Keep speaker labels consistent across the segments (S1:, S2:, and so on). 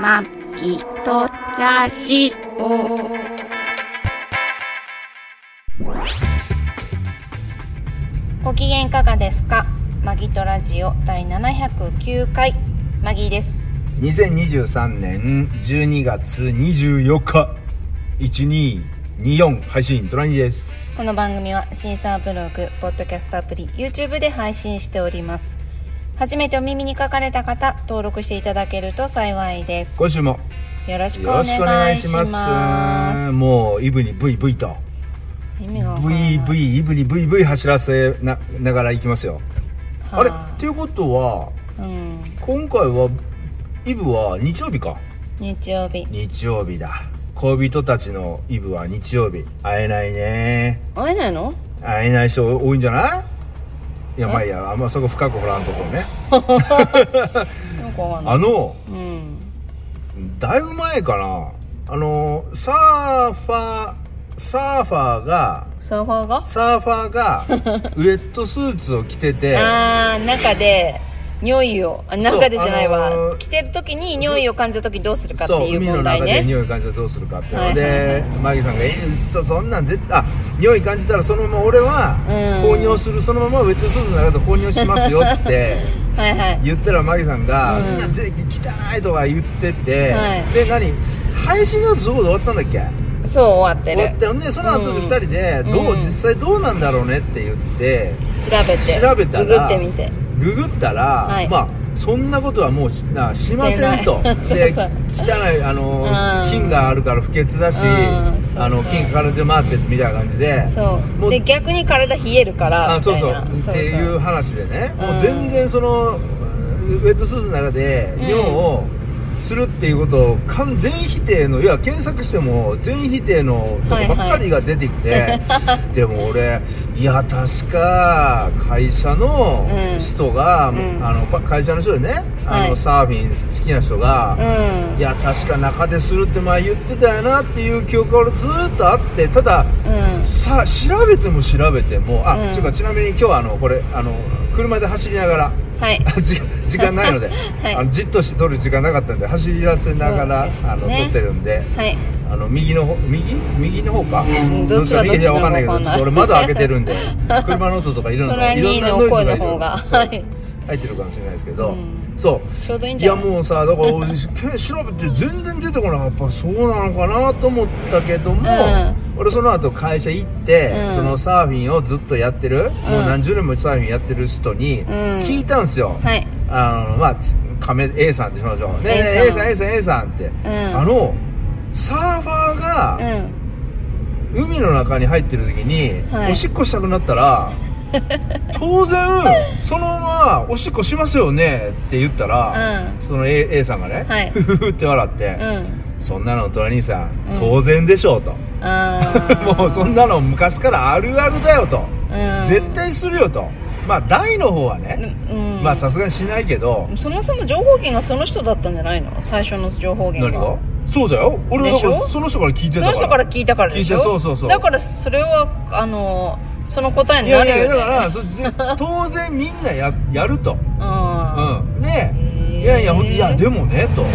S1: まきとラジオ。ご機嫌いかがですか。マギトラジオ第709回マギーです。
S2: 2023年12月24日1224配信ドラニーです
S1: この番組はシーサーブログ、ポッドキャストアプリ、YouTube で配信しております。初めてお耳に書かれた方、登録していただけると幸いです。
S2: 今週も
S1: よろしく
S2: よ
S1: お
S2: ろしくお
S1: 願
S2: 願
S1: い
S2: い
S1: し
S2: し
S1: ま。
S2: ますすもうイブに VV と
S1: 意味がわからない
S2: VV イブに VV 走らせなながら行きますよあれ
S1: は
S2: っていうことは
S1: うん、
S2: 今回はイブは日曜日か
S1: 日曜日
S2: 日曜日だ恋人たちのイブは日曜日会えないね
S1: 会えないの
S2: 会えない人多いんじゃないいやまあいいやあんまそこ深く掘らんとこうね
S1: なんかわかんない
S2: あの
S1: うん
S2: だいぶ前かなあのサーファーサーファーが
S1: サーファーが、
S2: サーファー がウエットスーツを着てて
S1: あー中で匂いをあ中でじゃないわ、
S2: あのー
S1: 着てる時に匂いを感じた時どうするかって
S2: そう
S1: いう
S2: 海の
S1: 問題
S2: 中で
S1: ね
S2: 匂い感じたらどうするかっていう
S1: はい
S2: の
S1: はい
S2: でマギさんが「えそそんなん絶対あ匂い感じたらそのまま俺は
S1: うん
S2: 購入するそのままウエットスーツの中で購入しますよ」って
S1: はいはい
S2: 言ったらマギさんが「
S1: うん
S2: みんなぜ汚い」とか言ってて、
S1: はい
S2: で何配信のズボで終わったんだっけ
S1: そう終わってる
S2: 終わってほんでその後で2人で
S1: うん
S2: どう、
S1: うん
S2: 実際どうなんだろうねって言って
S1: 調べて
S2: 調べたら
S1: ググってみて
S2: ググったら、
S1: はい
S2: まあそんなことはもうしなしませんと
S1: して
S2: で
S1: ない
S2: 汚いあの、
S1: うん
S2: 菌があるから不潔だ
S1: う
S2: し、
S1: んそうそう
S2: あの菌からじゃ回ってみたいな感じで
S1: そう
S2: もう
S1: で逆に体冷えるから
S2: あ
S1: み
S2: そう
S1: たい
S2: そう
S1: な
S2: っていう話でね、
S1: う
S2: も
S1: ん
S2: う全然そのウエットスーツの中で尿をするっていうことを完全否定のいや検索しても全否定のとこばっかりが出てきて、 でも俺いや確か会社の
S1: うん
S2: 人が、
S1: うん
S2: あのパ会社の人でね、
S1: は
S2: あ
S1: い
S2: のサーフィン好きな人が、いや確か中でするって前言ってたよなっていう記憶が俺ずーっとあってただ
S1: うん、うん、
S2: さあ調べても調べてもあ、
S1: うん
S2: ちゅうかちなみに今日はあのこれあの車で走りながら
S1: はい
S2: あじ時間ないの で、
S1: い
S2: あのじっとして撮る時間なかったんで走らせながら、
S1: そうですね
S2: あの撮ってるんで
S1: はい
S2: あの右の方右右の方か
S1: んどっちが
S2: 右じゃ
S1: どっちなのか
S2: 分かんないけど
S1: わかん
S2: ちょ
S1: ない
S2: っと俺窓開けて るんで車の音とかいろん
S1: それ
S2: な
S1: はい
S2: ろん
S1: 2
S2: な
S1: の
S2: ノイズ
S1: 声の
S2: がいる
S1: 方が
S2: そう
S1: はい
S2: 入ってるかもしれないですけど、
S1: うん
S2: そう
S1: ちょうどいいん
S2: い
S1: じゃ
S2: や
S1: ない
S2: もうさだから俺け調べて全然出てこないやっぱそうなのかなと思ったけども、
S1: う
S2: 俺その後会社行って、
S1: うん
S2: そのサーフィンをずっとやってる、もう何十年もサーフィンやってる人に聞いたんですよ、
S1: はい
S2: あのまあち亀 A さんってしましょうねえねえ
S1: A
S2: A
S1: さ
S2: さ
S1: ん
S2: ん A さん A さんって、
S1: ん
S2: あのサーファーが、
S1: うん
S2: 海の中に入ってる時に、
S1: はい
S2: おしっこしたくなっ たら当然そのままおしっこしますよねって言ったら、
S1: う
S2: その A, A さんがね、
S1: はい
S2: ふふふって笑って、
S1: うん
S2: そんなの虎兄さん、
S1: うん
S2: 当然でしょうと
S1: あー
S2: もうそんなの昔からあるあるだよと、
S1: うん
S2: 絶対するよとまあ大の方はね、
S1: うん
S2: まあさすがにしないけど、
S1: そもそも情報源がその人だったんじゃないの最初の情報源
S2: 何
S1: が
S2: がそうだよ俺はだか
S1: でしょ
S2: らその人から聞いて
S1: そ
S2: たか
S1: の
S2: ら
S1: 人から聞いたからでしょ
S2: 聞いてそうそうそう
S1: だからそれはあのその答え
S2: い
S1: にな
S2: や
S1: るよ、ね、
S2: いやだからそれぜ当然みんなややると
S1: うん、
S2: うん、ね
S1: へー
S2: いやいやほんいやでもねと、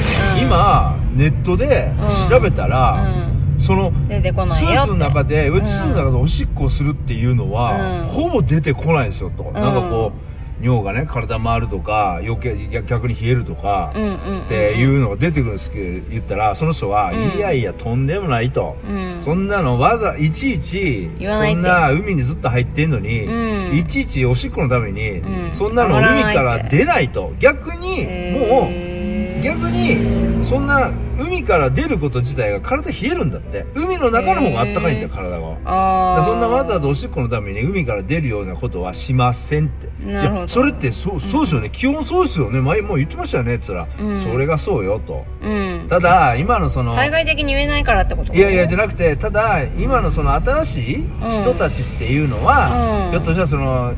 S2: 今ネットで
S1: うん
S2: 調べたら、
S1: うん
S2: その
S1: 出てこない
S2: ス
S1: よ
S2: ーツの中でウェット
S1: うん
S2: スーツの中でおしっこをするっていうのは、
S1: うん
S2: ほぼ出てこないですよと、なんかこう尿がね体回るとか余計いや逆に冷えるとか、
S1: うんうん
S2: っていうのが出てくるんですけど言ったらその人は、
S1: うん
S2: いやいやとんでもないと、
S1: うん
S2: そんなのわざいちいち
S1: 言わないって
S2: そんな海にずっと入ってんのに、
S1: うん
S2: いちいちおしっこのために、
S1: うん
S2: そんなの
S1: 上がらない
S2: 海から出ないと逆にもう
S1: へー
S2: 逆にそんな海から出ること自体が体冷えるんだって海の中の方があったかいんだよ
S1: へー
S2: 体が。だか
S1: あ
S2: ら
S1: あ
S2: そんなわざわざおしっこのために海から出るようなことはしませんってい
S1: なるほど
S2: やそれってそうそうですよね、基本そうですよね前も言ってましたよねっつら、
S1: うん
S2: それがそうよと
S1: うん
S2: ただ今のその
S1: 対外的に言えないからってこと
S2: いやいやじゃ
S1: ゃ
S2: なくてただ今のその新しい人たちっていうのは、
S1: うん
S2: ひょっとしたらその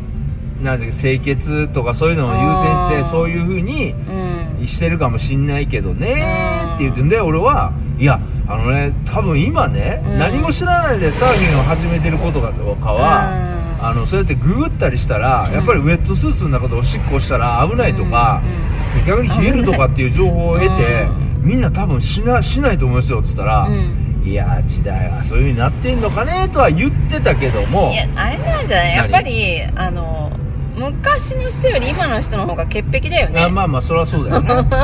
S2: なんていうか清潔とかそういうのを優先し
S1: あー
S2: てそういうふうに
S1: うん
S2: してるかもしんないけどね
S1: うん
S2: ーって言ってんで俺はいやあのね多分今ね、
S1: うん
S2: 何も知らないでサーフィンを始めてることかとかは、あのそうやってググったりしたら、やっぱりウェットスーツの中でおしっこしたら危ないとか、逆に冷えるとかっていう情報を得て、
S1: う
S2: みんな多分しなしないと思いますよっつったら、
S1: うん
S2: いや時代はそういう風になってんのかねとは言ってたけども
S1: いやあれなんじゃないやっぱりあの昔の人より今の人の方が潔癖だよね
S2: あまあまあそりゃそうだ よ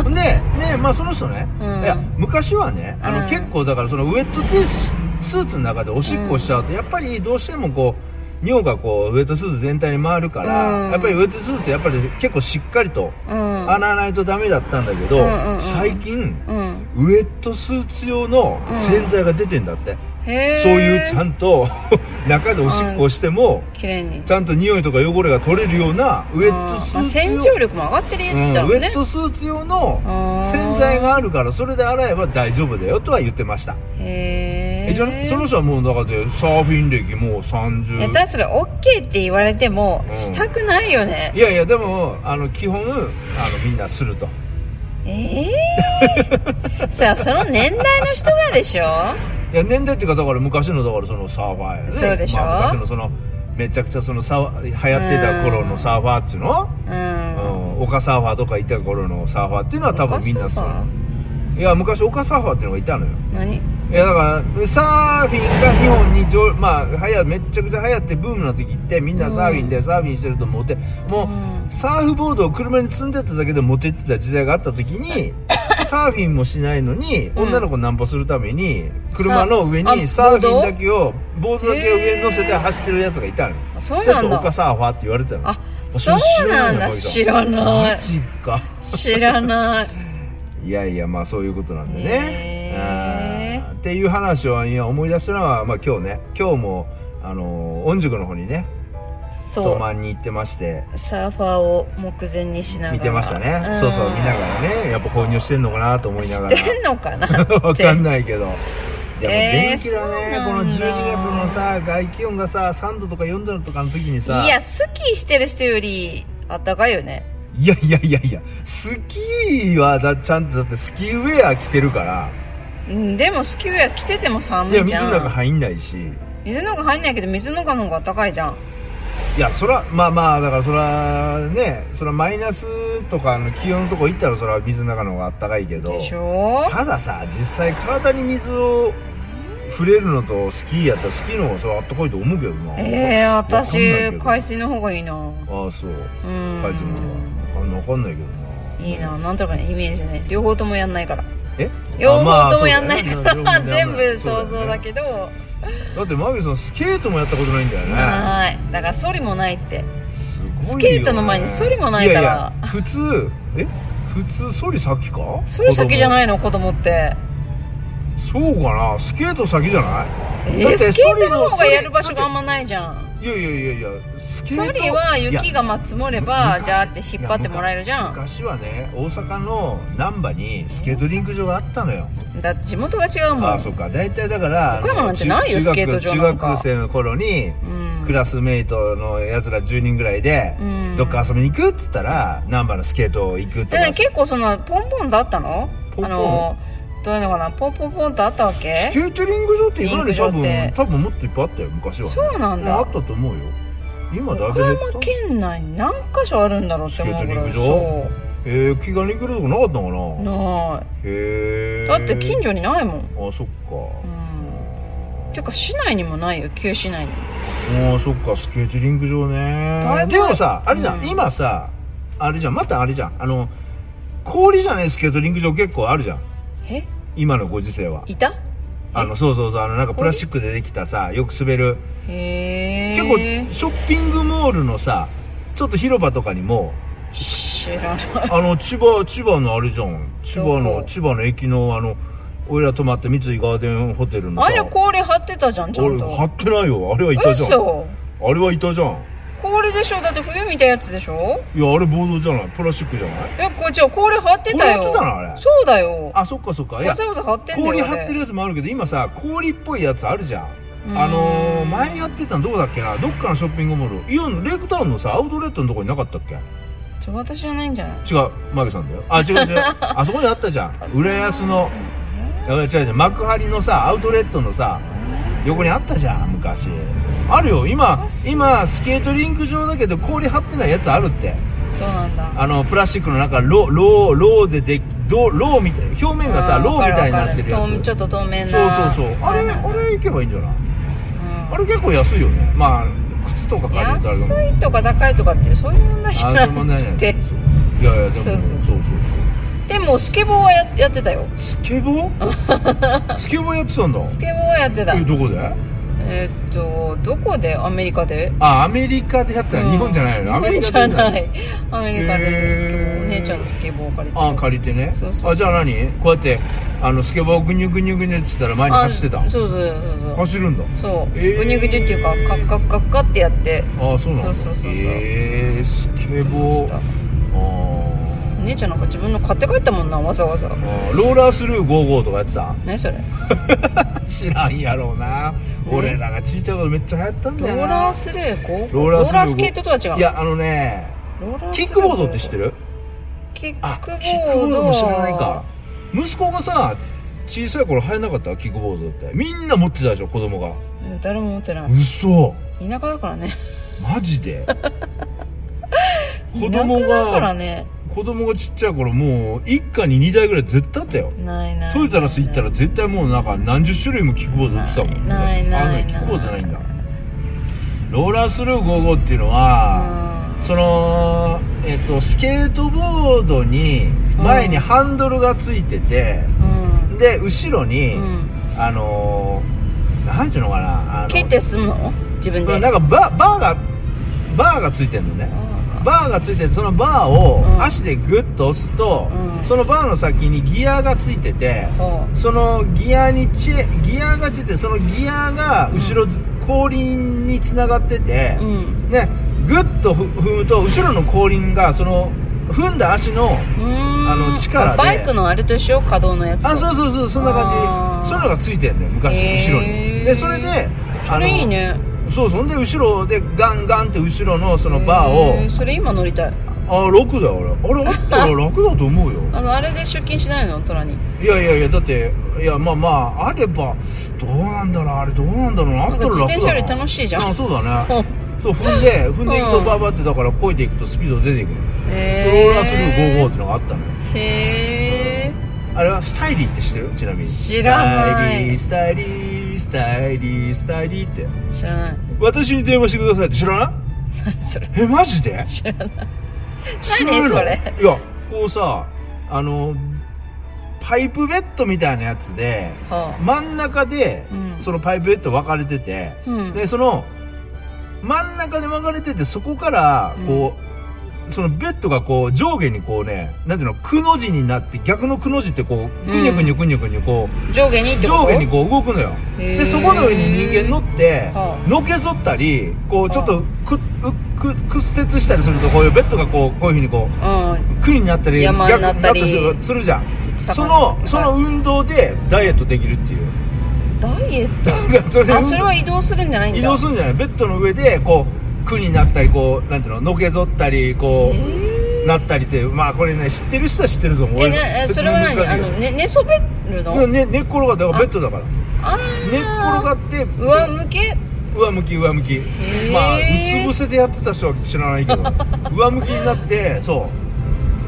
S2: ねで、ねまあ、その人ね、
S1: うん
S2: いや昔はねあの、
S1: うん
S2: 結構だからそのウェットティススーツの中でおしっこをしちゃうと、やっぱりどうしてもこう尿がこうウェットスーツ全体に回るから、
S1: うん
S2: やっぱりウェットスーツってやっぱり結構しっかりと
S1: うん
S2: 洗わないとダメだったんだけど、
S1: うんうんうん
S2: 最近
S1: うん
S2: ウェットスーツ用の洗剤が出てんだって、
S1: へえ
S2: そういうちゃ
S1: と
S2: んと 中でおしっこをしても、
S1: 綺麗に
S2: ちゃんと匂いとか汚れが取れるようなウェットス
S1: あーまあ
S2: ーツ用
S1: 洗浄力も上がってる
S2: うん
S1: んだろ
S2: ウ
S1: う
S2: ェ
S1: ね
S2: ットスーツ用の
S1: あー
S2: 洗剤があるからそれで洗えば大丈夫だよとは言ってました、
S1: へ
S2: えじゃあその人はもう中でサーフィン歴もう30
S1: いや確かに OK って言われても
S2: うん
S1: したくないよね
S2: い、やいやでもあの基本あのみんなすると
S1: ええー、 さあその年代の人がでしょ
S2: いや年代っていうかだから昔のだからそのサーファーやね
S1: そうでしょ
S2: まあ、昔のそのめちゃくちゃそのサー流行ってた頃のサーファーっつうの、
S1: う
S2: うんん、丘サーファーとかいた頃のサーファーっていうのは多分みんなす
S1: さ
S2: るいや昔丘サーファーっていうのがいたのよ
S1: 何
S2: いやだからサーフィンが日本に上、まあ、はやめっちゃくちゃ流行ってブームの時ってみんなサーフィンでサーフィンしてると思って
S1: う
S2: もう、
S1: ん
S2: サーフボードを車に積んでっただけでモテてた時代があった時 にサーフィンもしないのに
S1: うん
S2: 女の子ナンパするために車の上
S1: さあ
S2: にサーフィンだけをボー
S1: ード
S2: ドだけを上に乗せて走ってるやつがいたの
S1: あそう
S2: それ
S1: なん
S2: と
S1: だ
S2: 丘サーファーって言われてたの
S1: あそうなんだ知らな
S2: マ
S1: い
S2: ジか
S1: 知ら ない
S2: いやいやまあそういうことなんでね、
S1: へー
S2: あーっていう話を今思い出したのは、まあ、今日ね今日もあのー御宿の方にね
S1: そ
S2: 泊
S1: う
S2: まりに行ってまして
S1: サーファーを目前にしながら
S2: 見てましたね、
S1: ん
S2: そうそう見ながらねやっぱ購入してんのかなと思いながら
S1: してんのかな
S2: わかんないけどでも
S1: えー
S2: 元気だね、
S1: そう
S2: この
S1: なんだ
S2: 12月のさ外気温がさ3度とか4度とかの時にさ
S1: いやスキーしてる人よりあったかいよね
S2: いやいやいやいやスキーはだちゃんとだってスキーウェア着てるから
S1: うんでもスキーウェア着てても寒
S2: いや
S1: い
S2: 水
S1: じゃん
S2: の中入んないし
S1: 水の中入んないけど水の中の方が暖かいじゃん
S2: いやそらまあまあだからそらねそらマイナスとかの気温のとこ行ったらそら水の中の方があったかいけど
S1: でしょ
S2: たださ実際体に水を触れるのとスキーやったらスキーの方がそれあったかいと思うけどな
S1: ええー、私海
S2: 水
S1: 水の方がいいな
S2: ああそう
S1: うん
S2: 海水の方がわかんないけどない
S1: いいななんとかねイメージね両方ともやんないから
S2: え
S1: 両
S2: ま
S1: 方
S2: あ
S1: ともやんないから、
S2: そ うだよね
S1: 全部
S2: そうだよ
S1: 想
S2: ね
S1: 像だけど
S2: だってマギさんスケートもやったことないんだよね
S1: はいだからソリもないって
S2: すごいよね
S1: スケートの前にソリもないから
S2: いやいや普通え普通ソリ先か
S1: ソリ先じゃ
S2: い
S1: ないの子供って
S2: そうかなスケート先じゃない
S1: え
S2: だっ
S1: ー、
S2: て
S1: スケートの方
S2: ソリの
S1: がやる場所があんまないじゃん
S2: いやいやいやいやスケート
S1: ソリはい
S2: や
S1: 雪がまあ積もれば
S2: 昔
S1: じゃあって引っ張ってもらえるじゃん
S2: 昔はね大阪の難波にスケートリンク場があったのよ
S1: だって地元が違うもん
S2: ああそっか大体だから
S1: 岡山なんてないよ
S2: あの
S1: スケート場
S2: 中
S1: なん
S2: 学
S1: か
S2: 中学生の頃に
S1: うん
S2: クラスメイトのやつら10人ぐらいで
S1: うん
S2: どっか遊びに行くっつったら難波のスケート行くと
S1: で
S2: か
S1: ね結構そのポンポンとあったの
S2: ポンポン
S1: あのどういうのかなポンポンポンとあったわ
S2: ス
S1: け
S2: ケートリング場って今よ
S1: リ
S2: り多
S1: ンク場っ
S2: 分
S1: て
S2: 多分もっといっぱいあったよ昔は
S1: そうなん
S2: まああ
S1: だ
S2: ったと思うよ今だい
S1: 岡
S2: ぶ減っ
S1: 山
S2: た
S1: 県内に何箇所あるんだろうって思うぐらい
S2: スケートえー、気軽に行けるとこなかったのか
S1: そう
S2: な
S1: な
S2: へ
S1: い
S2: え
S1: だって近所にないもん
S2: あそっか
S1: うんていうか市内にもないよ旧市内に
S2: あーそっかスケートリンク場
S1: だい
S2: ね
S1: ぶ
S2: でもさあれじゃん、
S1: うん
S2: 今さあれじゃんまたあれじゃんあの氷じゃないスケートリンク場結構あるじゃん
S1: え
S2: 今のご時世はい
S1: た
S2: あのそうそうそうあのなんかプラスチックでできたさよく滑る
S1: へ
S2: 結
S1: え
S2: 構ショッピングモールのさちょっと広場とかにも
S1: 知らない
S2: あの千葉千葉のあれじゃん千葉
S1: どこ
S2: の千葉の駅のあの俺ら泊まって三井ガーデンホテルのさ
S1: あれ氷張ってたじゃんちゃん
S2: 俺
S1: と
S2: 貼ってないよあれはいたじゃんあ
S1: 嘘
S2: れはいたじゃん
S1: 氷でしょだって冬みたいなやつでしょ
S2: いやあれボードじゃないプラスチックじゃない
S1: えこっちは氷張ってたよ
S2: 氷張ってたのあれ
S1: そうだよ
S2: あそっかそっかいや
S1: わざわざ張ってんだよ
S2: 氷
S1: あれ
S2: 張ってるやつもあるけど今さ氷っぽいやつあるじゃん
S1: うん
S2: あのー、前やってたのどこだっけなどっかのショッピングモールイオンのレイクタウンのさアウトレットのとこになかったっけ
S1: じゃあ私じゃないんじゃない
S2: 違うマギさんだよあ違う 違うあそこにあったじゃん浦安のいや違う違う幕張のさアウトレットのさ横にあったじゃん昔あるよ今今スケートリンク場だけど氷張ってないやつあるって
S1: そうなんだ
S2: あのプラスチックの中ロロロででどロみたい表面がさ
S1: あー
S2: ロみ
S1: わか
S2: たいに
S1: わか
S2: なってるやつ
S1: とんちょっと透明
S2: そう
S1: な
S2: そうそうあれ
S1: はい
S2: あ
S1: はい
S2: れ行けばいいんじゃない
S1: うん
S2: あれ結構安いよねまあ靴とか借りたらでも
S1: 安いとか高いとかってそういう問題じゃ
S2: あ
S1: な
S2: れもね
S1: くて
S2: そういやいやでも
S1: そうそう
S2: そうそう
S1: でもスケボーはややってたよ
S2: そうスケボー スケボーやってたんだ
S1: スケボーはやってた
S2: えどこで
S1: えーっとどこでアメリカで
S2: あアメリカでやってた
S1: うん
S2: 日本じゃないの
S1: 日
S2: アメ
S1: 本
S2: リカ
S1: じ
S2: で
S1: ゃ
S2: やってた
S1: な
S2: の
S1: いアメリカでスケボ
S2: へ
S1: ー
S2: ー
S1: お姉ちゃんのスケボーを借りて
S2: あ借りてね
S1: そうそうそう
S2: あじゃあ何こうやってあのスケボーグニュグニュグニュって言ったら前に走ってた
S1: あそうそうそうそう
S2: 走るんだ
S1: そう、
S2: えー
S1: ぐにゅぐにゅっていうかカッカッカッカってやって
S2: ああそうなんだ
S1: そうそうそうそう
S2: えー、スケ
S1: ど
S2: ボ
S1: うし
S2: ー
S1: た
S2: あー
S1: お姉ちゃんなんか自分の買って帰ったもんなわざわざ
S2: あーローラースルー55とかやってた
S1: 何それ
S2: 知らんやろうな
S1: え
S2: 俺らがちいちゃい頃めっちゃ流行ったん
S1: ロ
S2: だよな
S1: ーラースレーこう
S2: ローラースルー
S1: ケートとは違う
S2: いやあのね
S1: ローラース
S2: キ
S1: レ
S2: ックボードって知ってる
S1: キックボ
S2: あ
S1: ー
S2: キ
S1: ドは
S2: ックボードも知らないか息子がさ小さい頃流行んなかったキックボードってみんな持ってたでしょ子供が
S1: うん誰も持ってない
S2: 嘘
S1: 田舎だからね
S2: マジで 子供
S1: 田舎だから
S2: が、
S1: ね
S2: 子供がちっちゃい頃もう一家に2台ぐらい絶対あったよ
S1: ないない
S2: トヨタのス行ったら絶対もうなんか何十種類もキックボード売ってたもん
S1: ないないない
S2: あのキックボードじゃないんだローラースルー55っていうのは、そのえっ、とスケートボードに前にハンドルがついてて、
S1: うん
S2: で後ろに、
S1: うん、うん、
S2: あのー、なんていうのかなあの
S1: 蹴ってすんの自分で
S2: なんかババーがバーがついてるのねバーがついててそのバーを
S1: うん
S2: 足でグッと押すと、
S1: うん
S2: そのバーの先にギアがついてて、
S1: ほう
S2: そのギアにチェギアがついてそのギアが後ろず、後輪につながってて、
S1: うん
S2: ねグッとふ踏むと後ろの後輪がその踏んだ足の
S1: うーん
S2: あの力で
S1: バイクのあれと一緒可動のやつと
S2: あそうそうそうそんな
S1: あ
S2: 感
S1: ー
S2: じそういうのがついてんだよ昔、
S1: へー
S2: 後ろにでそれで
S1: それいいね
S2: そうそんで後ろでガンガンって後ろのそのバーを、
S1: へそれ今乗りたい
S2: ああ楽だよ俺あれあったら楽だと思うよ
S1: あのあれで出勤しないの虎に
S2: いやいやいやだっていやまあまああればどうなんだろうあれどうなんだろうなあ
S1: な
S2: っ
S1: ん
S2: た
S1: から
S2: 楽
S1: 自
S2: だな
S1: 転車より楽しいじゃ
S2: あ
S1: ん
S2: そうだね
S1: うん
S2: そう踏んで踏んでいく
S1: う
S2: と
S1: ん
S2: バーバーってだから漕いでいくとスピード出ていくのローラースルー55っ
S1: へ
S2: てのがあったのよ
S1: ーへ
S2: あれはスタイリーって知ってるちなみに
S1: 知らない
S2: スタイリースタイリースタイリースタイリーって
S1: ー知らない
S2: 私に電話してくださいって知らない
S1: それ
S2: えマジで
S1: 知らない
S2: 知らないの
S1: それ
S2: いやこうさあのパイプベッドみたいなやつで
S1: は
S2: 真ん中で、
S1: うん
S2: そのパイプベッド分かれてて、
S1: あうん
S2: でその真ん中で分かれててそこからこう、そのベッドがこう上下にこうねなんていうのくの字になって逆のくの字ってこうくにゃくにゃくにゃくにゃこう、
S1: 上下にってこと
S2: 上下にこう動くのよ
S1: へ
S2: で
S1: ー
S2: そこの上に人間乗って
S1: はあ
S2: のけぞったりこうちょっとくくく屈折したりするとこういうベッドがこうこういうふうにこ
S1: う
S2: う
S1: ん
S2: 苦になったり
S1: 山になったり
S2: 逆になったりするじゃん
S1: 下
S2: そ
S1: がっ
S2: の
S1: て
S2: その運動でダイエットできるっていう
S1: ダイエッ
S2: それで
S1: トあそれは移動するんじゃないんだ
S2: 移動するんじゃないベッドの上でこう苦になったりこうなんていうののけぞったりこ
S1: へー
S2: うなったりってまあこれね知ってる人は知ってると思う
S1: え
S2: 俺
S1: なえ
S2: 説
S1: そ
S2: 明
S1: れは何
S2: 難
S1: あ
S2: しい
S1: の、ね、寝そべるの
S2: ね、寝っ転がってだからベッドだから
S1: あ
S2: 寝っ転が
S1: っ
S2: って
S1: 上向け
S2: そう上向き上向き
S1: ー
S2: まあうつ伏せでやってた人は知らな いけど上向きになってそう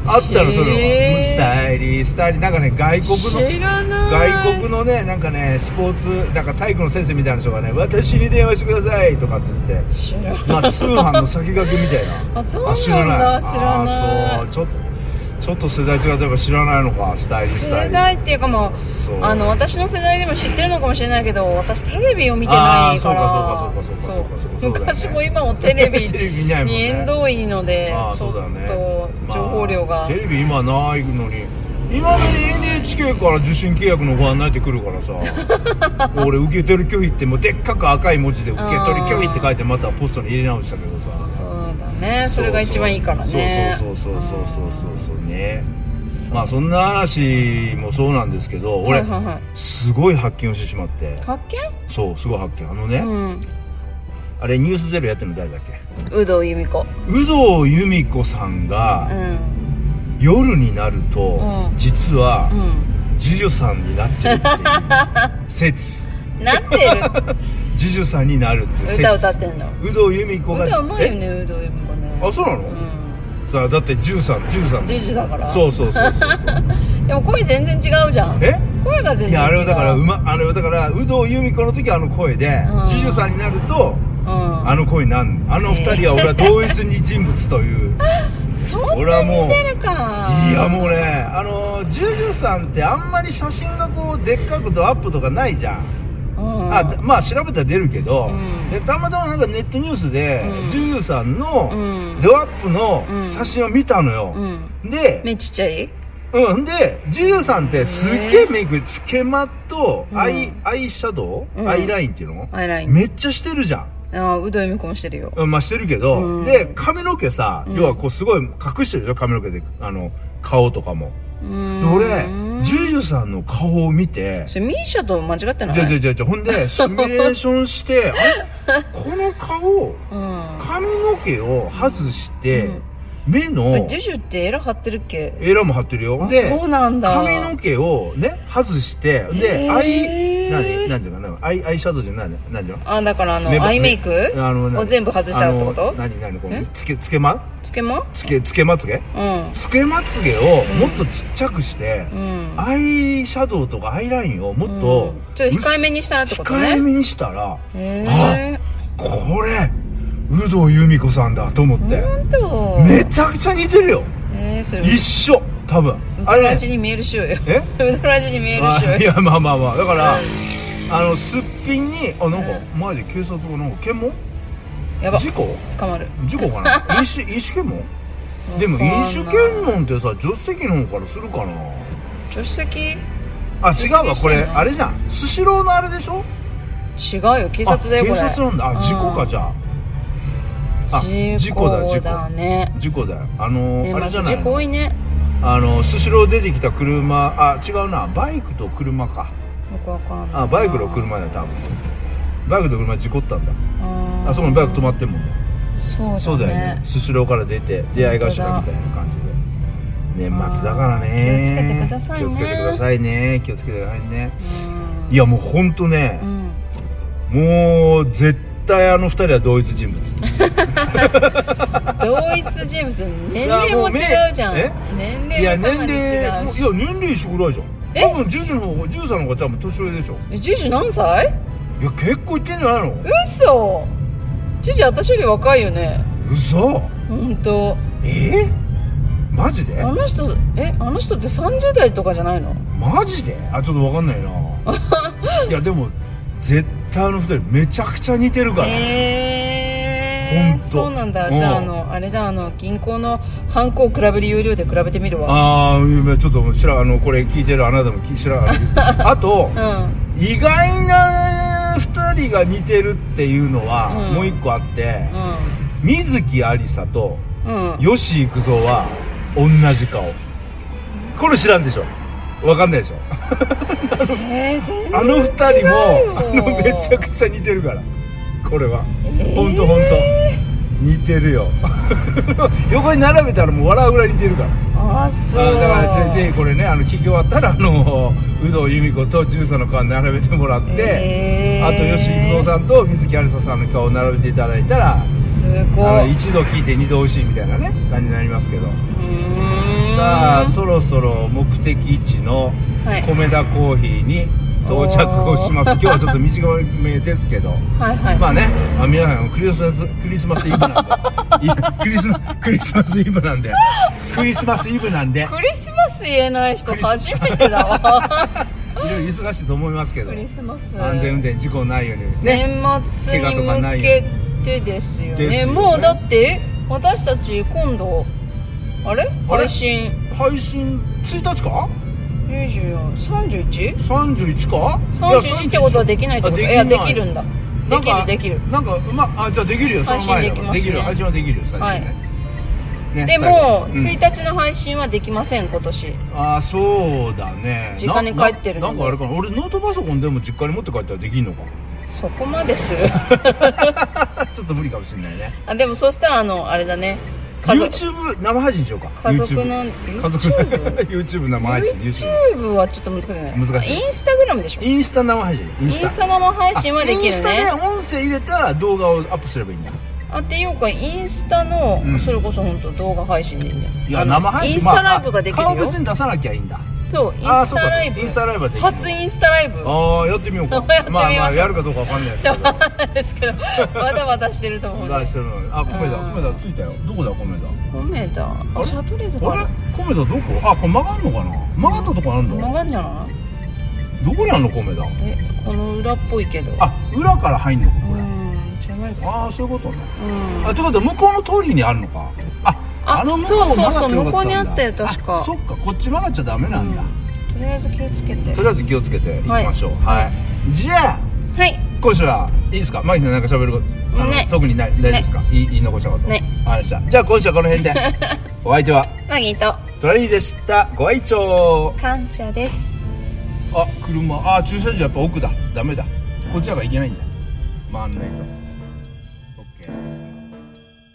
S2: あったのそういうの
S1: へ
S2: が
S1: ー
S2: スタイリースタイリーなんかね外国の
S1: 知らない
S2: 外国のねなんかねスポーツなんか体育の先生みたいな人がね「私に電話してください」とかって言って
S1: 知らない
S2: ま あ通販の先駆けみたいな
S1: あそうなんだ知らない
S2: あーそうちょちょっと世代違う例えば知らないのかスタイリースタイ
S1: 世
S2: リー
S1: 代っていうかもう
S2: そう
S1: あの私の世代でも知ってるのかもしれないけど私テレビを見てないから
S2: あーそうかそうかそうかそうかそうかそうだよね
S1: 昔も今もテレビ
S2: テレビ見ないもん
S1: に
S2: ね
S1: 縁遠いので
S2: あー
S1: ち
S2: そ
S1: ょっ
S2: うだよね
S1: と情報量
S2: ま
S1: が
S2: あテレビ今ないのに今まで NHK から受信契約のご案内ってくる からさ俺受け取り拒否ってもうでっかく赤い文字で受け取り拒否って書いてまたポストに入れ直したけどさ
S1: そうだねそれが一番いいからね
S2: そうそうそうそうそうそうそうそうね
S1: そう
S2: まあそんな話もそうなんですけど俺、
S1: はいはいはい
S2: すごい発見をしてしまって
S1: 発
S2: そうすごい発見あのね、
S1: 見うん
S2: あれ「ニュースゼロやってるの誰だっけ
S1: 有働由美子
S2: 有働由美子さん
S1: う
S2: が
S1: ん
S2: 夜になると、
S1: うん
S2: 実は
S1: う
S2: ジュジュさんになってるっていう説
S1: んなって
S2: ジュジュさんになるっていう
S1: る
S2: 説
S1: 歌歌ってんの
S2: 有働由美子が
S1: 歌うまいよ
S2: え
S1: ね有働由美子ね
S2: あそうなの、
S1: うん
S2: さあだって1313 13
S1: 10だから
S2: そうそうそうそうそう
S1: でも声全然違うじゃん
S2: え
S1: 声が全然違う
S2: い
S1: い
S2: やあれはだからうまあれはだから有働由美子の時はあの声で
S1: うん
S2: ジュジュさんになると
S1: うん
S2: あの声になんあの二人は俺は同一に人物という
S1: そん
S2: 俺
S1: な
S2: はもう
S1: 似てるか
S2: いやもうねあのジュジュさんってあんまり写真がこうでっかくとアップとかないじゃん
S1: うん
S2: あまあ調べたら出るけど、
S1: うん
S2: でたまたまなんかネットニュースで、
S1: うん
S2: ジュジュさんの
S1: うん
S2: ドアップの
S1: うん
S2: 写真を見たのよ、
S1: うん
S2: で
S1: 目ちっちゃい
S2: うん、で、ジュさんってすっげえメイク、つけまとアイ、
S1: うん
S2: アイシャドウ、
S1: うん
S2: アイラインっていうの
S1: アイライン
S2: めっちゃしてるじゃん。
S1: あうどゆみこもしてるよ
S2: うんまあしてるけど、
S1: うん
S2: で、髪の毛さ
S1: う、ん
S2: 要はこうすごい隠してるでしょ、髪の毛で、あの、顔とかも。
S1: う
S2: で
S1: ん
S2: 俺、ジュジュさんの顔を見て、
S1: それミーシャと間違ってない
S2: じゃじゃじゃじゃ、ほ んで、シミュレーションして、あれこの顔、
S1: うん
S2: 髪の毛を外して、
S1: うん
S2: 目の
S1: ジ、ュジュってエラ張ってるっけ
S2: エラも貼ってるよ。
S1: あ
S2: で、
S1: そうなんだ
S2: 髪の毛をね外して
S1: へ
S2: で
S1: ー
S2: アイ何何ていうかなアイアイシャドウじゃない何ていうの
S1: あだからあの
S2: 目ば
S1: アイメイク
S2: あの何
S1: を全部外したらってこと
S2: あの何何この
S1: え
S2: つけつけま
S1: つけま
S2: つけつけまつげ
S1: うん
S2: つけまつげをもっとちっちゃくして、
S1: うん
S2: アイシャドウとかアイラインをもっと
S1: うん、ちょっと控えめにしたらってこと
S2: 控え
S1: ね
S2: めにしたら
S1: へ
S2: これ有働由美子さんだと思っ
S1: え
S2: て
S1: 本当
S2: めちゃくちゃ似てるよ
S1: えーそれ
S2: 一緒多分
S1: う
S2: あ
S1: どら
S2: れ
S1: じにメールしよう よ
S2: え
S1: うどらじにメールしよ
S2: あ
S1: う
S2: い
S1: よ
S2: やまあまあまあだからあのすっぴんにあなんか前で警察がなんか検問
S1: やば
S2: 事故
S1: 捕まる
S2: 事故かな 飲酒飲酒検問でも飲酒検問ってさ助手席の方からするかな
S1: 助手席
S2: あ違うわこ
S1: 助手席して
S2: れ
S1: んの
S2: あれじゃんスシローのあれでしょ
S1: 違うよ警察だよこ
S2: あ
S1: れ
S2: 警察なんだあ事故かじゃああ
S1: 事
S2: 事
S1: 故
S2: 故
S1: だ
S2: だ
S1: 事
S2: 事
S1: 故だ
S2: 故
S1: ね
S2: 事故だよあの
S1: ね
S2: あれじゃな
S1: 事
S2: い
S1: 故多
S2: の
S1: いね
S2: あのスシロー出てきた車あ違うなバイクと車か
S1: よくわかんない
S2: あバイクと車だよ多分バイクと車事故ったんだあそこにバイク止まってんもんね
S1: そう
S2: そうだよねスシローから出て出会い頭みたいな感じで年末だからね
S1: あー気をつけてくださいね
S2: 気をつけてくださいね気をつけてくださいね
S1: うん
S2: いやもうほんとね
S1: う、ん
S2: もう絶対あの二人は同一人物
S1: 同一人物年
S2: い
S1: 齢
S2: やも
S1: も
S2: うめ
S1: 違うじゃん
S2: え
S1: 年
S2: いや
S1: 齢も
S2: 年
S1: かな
S2: 齢
S1: り
S2: いや
S1: 違うし
S2: 年齢一緒ぐらいじゃん
S1: え
S2: 多分10時の方が13の方が多分年上でしょ
S1: えジュジュ何歳
S2: いや結構いってんじゃないの
S1: 嘘ジュジュ私より若いよね
S2: 嘘
S1: 本当。
S2: えマジで
S1: あの人えあの人って30代とかじゃないの
S2: マジであちょっとわかんないな いやでも絶対あの二人めちゃくちゃ似てるから、
S1: えー、
S2: ほんと
S1: そうなんだ、
S2: うん
S1: じゃああのあれだあの銀行のハンコを比べる有料で比べてみるわ
S2: ああちょっと知らあのこれ聞いてるあなたも聞知らあと
S1: うん
S2: 意外な2人が似てるっていうのは、
S1: うん
S2: もう一個あって水木有沙と
S1: うんうん
S2: 吉幾三は同じ顔これ知らんでしょわかんないでしょ
S1: えー、全然
S2: あの2人もあ
S1: 違うよ
S2: のめちゃくちゃ似てるからこれは
S1: えー
S2: ほんとほんと似てるよ 横に並べたらもう笑うぐらい似てるから
S1: ああそう
S2: あだからぜぜひこれねあの聞き終わったらあの 有働由美子と13の顔並べてもらって、
S1: えー
S2: あと吉幾三さんと水木有沙さんの顔を並べていただいたら
S1: す
S2: あ
S1: ご
S2: の
S1: い
S2: 一度聞いて二度美味しいみたいなね感じになりますけ
S1: う
S2: ど
S1: ーん
S2: さあそろそろ目的地の
S1: はい
S2: 米田コーヒーに到着をします、
S1: おー
S2: 今日はちょっと短めですけ ど
S1: はいはい、
S2: まあね、あ皆さんクリスマスクリスマスイブなん でいやクリスマクリスマスイブなんでクリスマスイブなんで
S1: クリスマス言えない人初めてだわ
S2: いろいろ忙しいと思います けど
S1: クリスマス
S2: 安全運転事故ないようにね
S1: 年末に向けてですよね
S2: ですよね
S1: もうだって私たち今度あれ
S2: あれ
S1: 配信
S2: 配信1日か
S1: 243131
S2: 31か
S1: ってことはできないってこと
S2: あ
S1: い
S2: でき
S1: や
S2: ない
S1: できるんだできるできる
S2: なんかうまあじゃあできるよその前だ
S1: 配信でき
S2: から
S1: ますね
S2: できるよ配信はできるよ最初ね,、ね
S1: で
S2: 最後
S1: も、
S2: うん
S1: 1日の配信はできません今年
S2: ああそうだね
S1: 実家に
S2: な
S1: 帰ってる
S2: な
S1: の
S2: なん
S1: で
S2: かあれかな俺ノートパソコンでも実家に持って帰ったらできんの か
S1: そこまです る
S2: ちょっと無理かもしれないね
S1: あでもそしたらあのあれだね家族
S2: YouTube 生配信しようか
S1: 家族の
S2: YouTube 家族 YouTube 生配信 YouTube
S1: YouTube はちょっと難しいね
S2: 難しいです
S1: インスタグラムでしょイ
S2: インスタ生配信イン
S1: ンスタ生配信はできるね
S2: インスタで音声入れた動画をアップすればいいんだ
S1: あっていうかインスタの、
S2: うん
S1: それこそ本当動画配信でいいんだよ
S2: いや
S1: あの
S2: 生配信
S1: インスタライブができるよ、
S2: まあ、顔別に出さなきゃいいんだ
S1: そうイン
S2: あー
S1: ス
S2: そう
S1: タ
S2: か
S1: ライブ
S2: インスタライブはできる
S1: 初インスタライブ
S2: ああやってみようか
S1: やってみましょう
S2: まあまあやるかどうかわかんないです
S1: ち
S2: け
S1: ょっ
S2: ど
S1: とわかんないですけどまだまだしてると思う
S2: 出
S1: ね
S2: してるのにあ米
S1: う
S2: 田
S1: ん
S2: 米田着いたよどこだ米田
S1: 米田
S2: あ
S1: あ
S2: れ
S1: シャトレーゼ
S2: あ
S1: か
S2: れ米田どこあこれ曲がんのかな曲がったとこあんの
S1: 曲がんじゃない
S2: どこにあんの米田
S1: えこの裏っぽいけど
S2: あ裏から入んのか
S1: う
S2: これ
S1: んじゃないですか
S2: ああそういうことね
S1: うん
S2: あということは向こうの通りにあるのかあ
S1: あ
S2: あの向こう
S1: そうそう
S2: 曲がって
S1: そう
S2: よか
S1: 向こうにあったよ
S2: んだ
S1: 確か
S2: あそっかこっち曲がっちゃダメなんだ、
S1: とりあえず気をつけて
S2: とりあえず気をつけていきましょうはい、じゃあ
S1: はい
S2: 今週はいいですかマギさんなんか喋ることあの
S1: ない
S2: 特にない大丈夫ですか、言い言い残したこと
S1: ない
S2: ありましたじゃあ今週はこの 辺でお相手は
S1: マギーと
S2: トラリーでしたご愛聴
S1: 感謝です
S2: あ車あ駐車場やっぱ奥だダメだこっちらが行けないんだ回んないとオッケー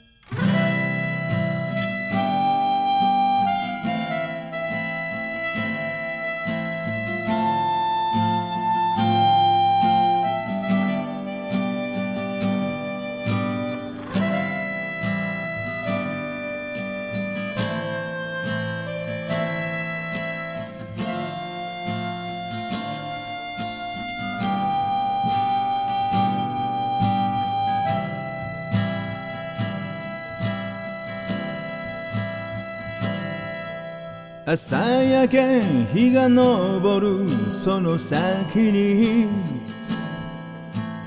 S3: 朝焼け日が昇るその先に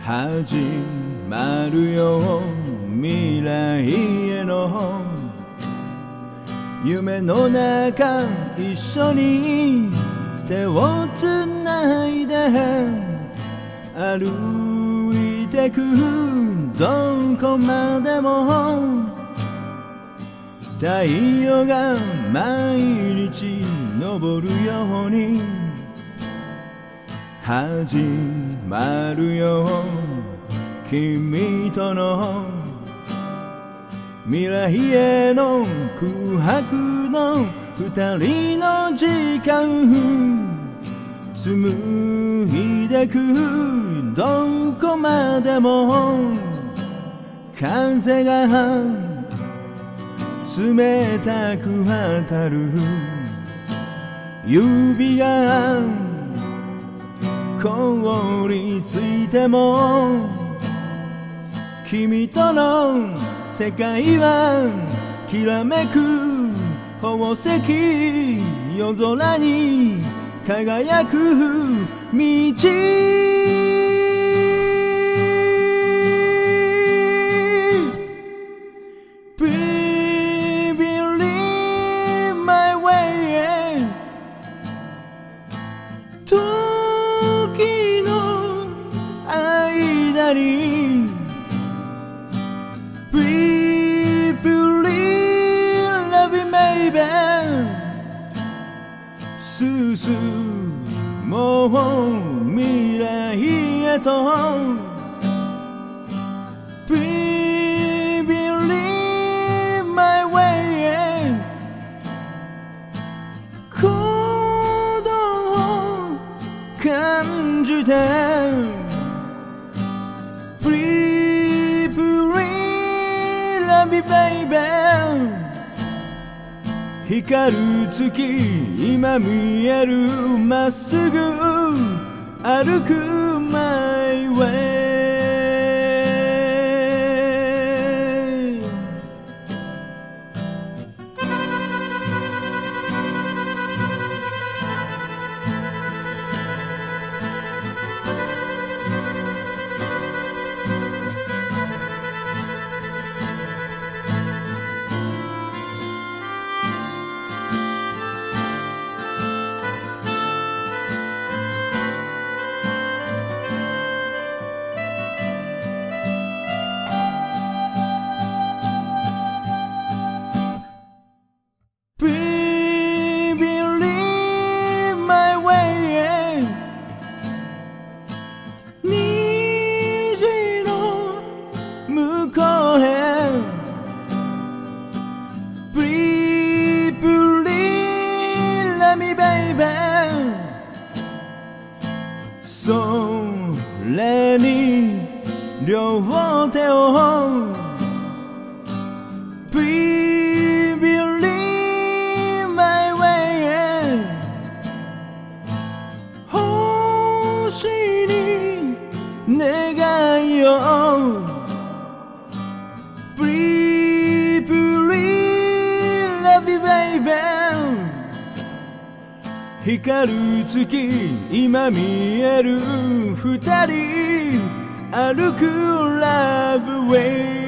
S3: 始まるよ未来への夢の中一緒に手をつないで歩いてくどこまでも太陽が毎日昇るように始まるよ君との未来への空白の二人の時間紡いでくどこまでも風が冷たく当たる指が凍りついても君との世界はきらめく宝石夜空に輝く道「ビビリマイウェイ」「時の間に」「ビビリラビメイベー」「進もう未来へと」ビビリマイウェイ鼓動を感じてビリビリラビベイベー光る月今見えるまっすぐ歩くマイウェイビビリマイウェイ虹の向こうへビビリラミベイベーそれに両手を光る月今見える二人歩くラブウェイ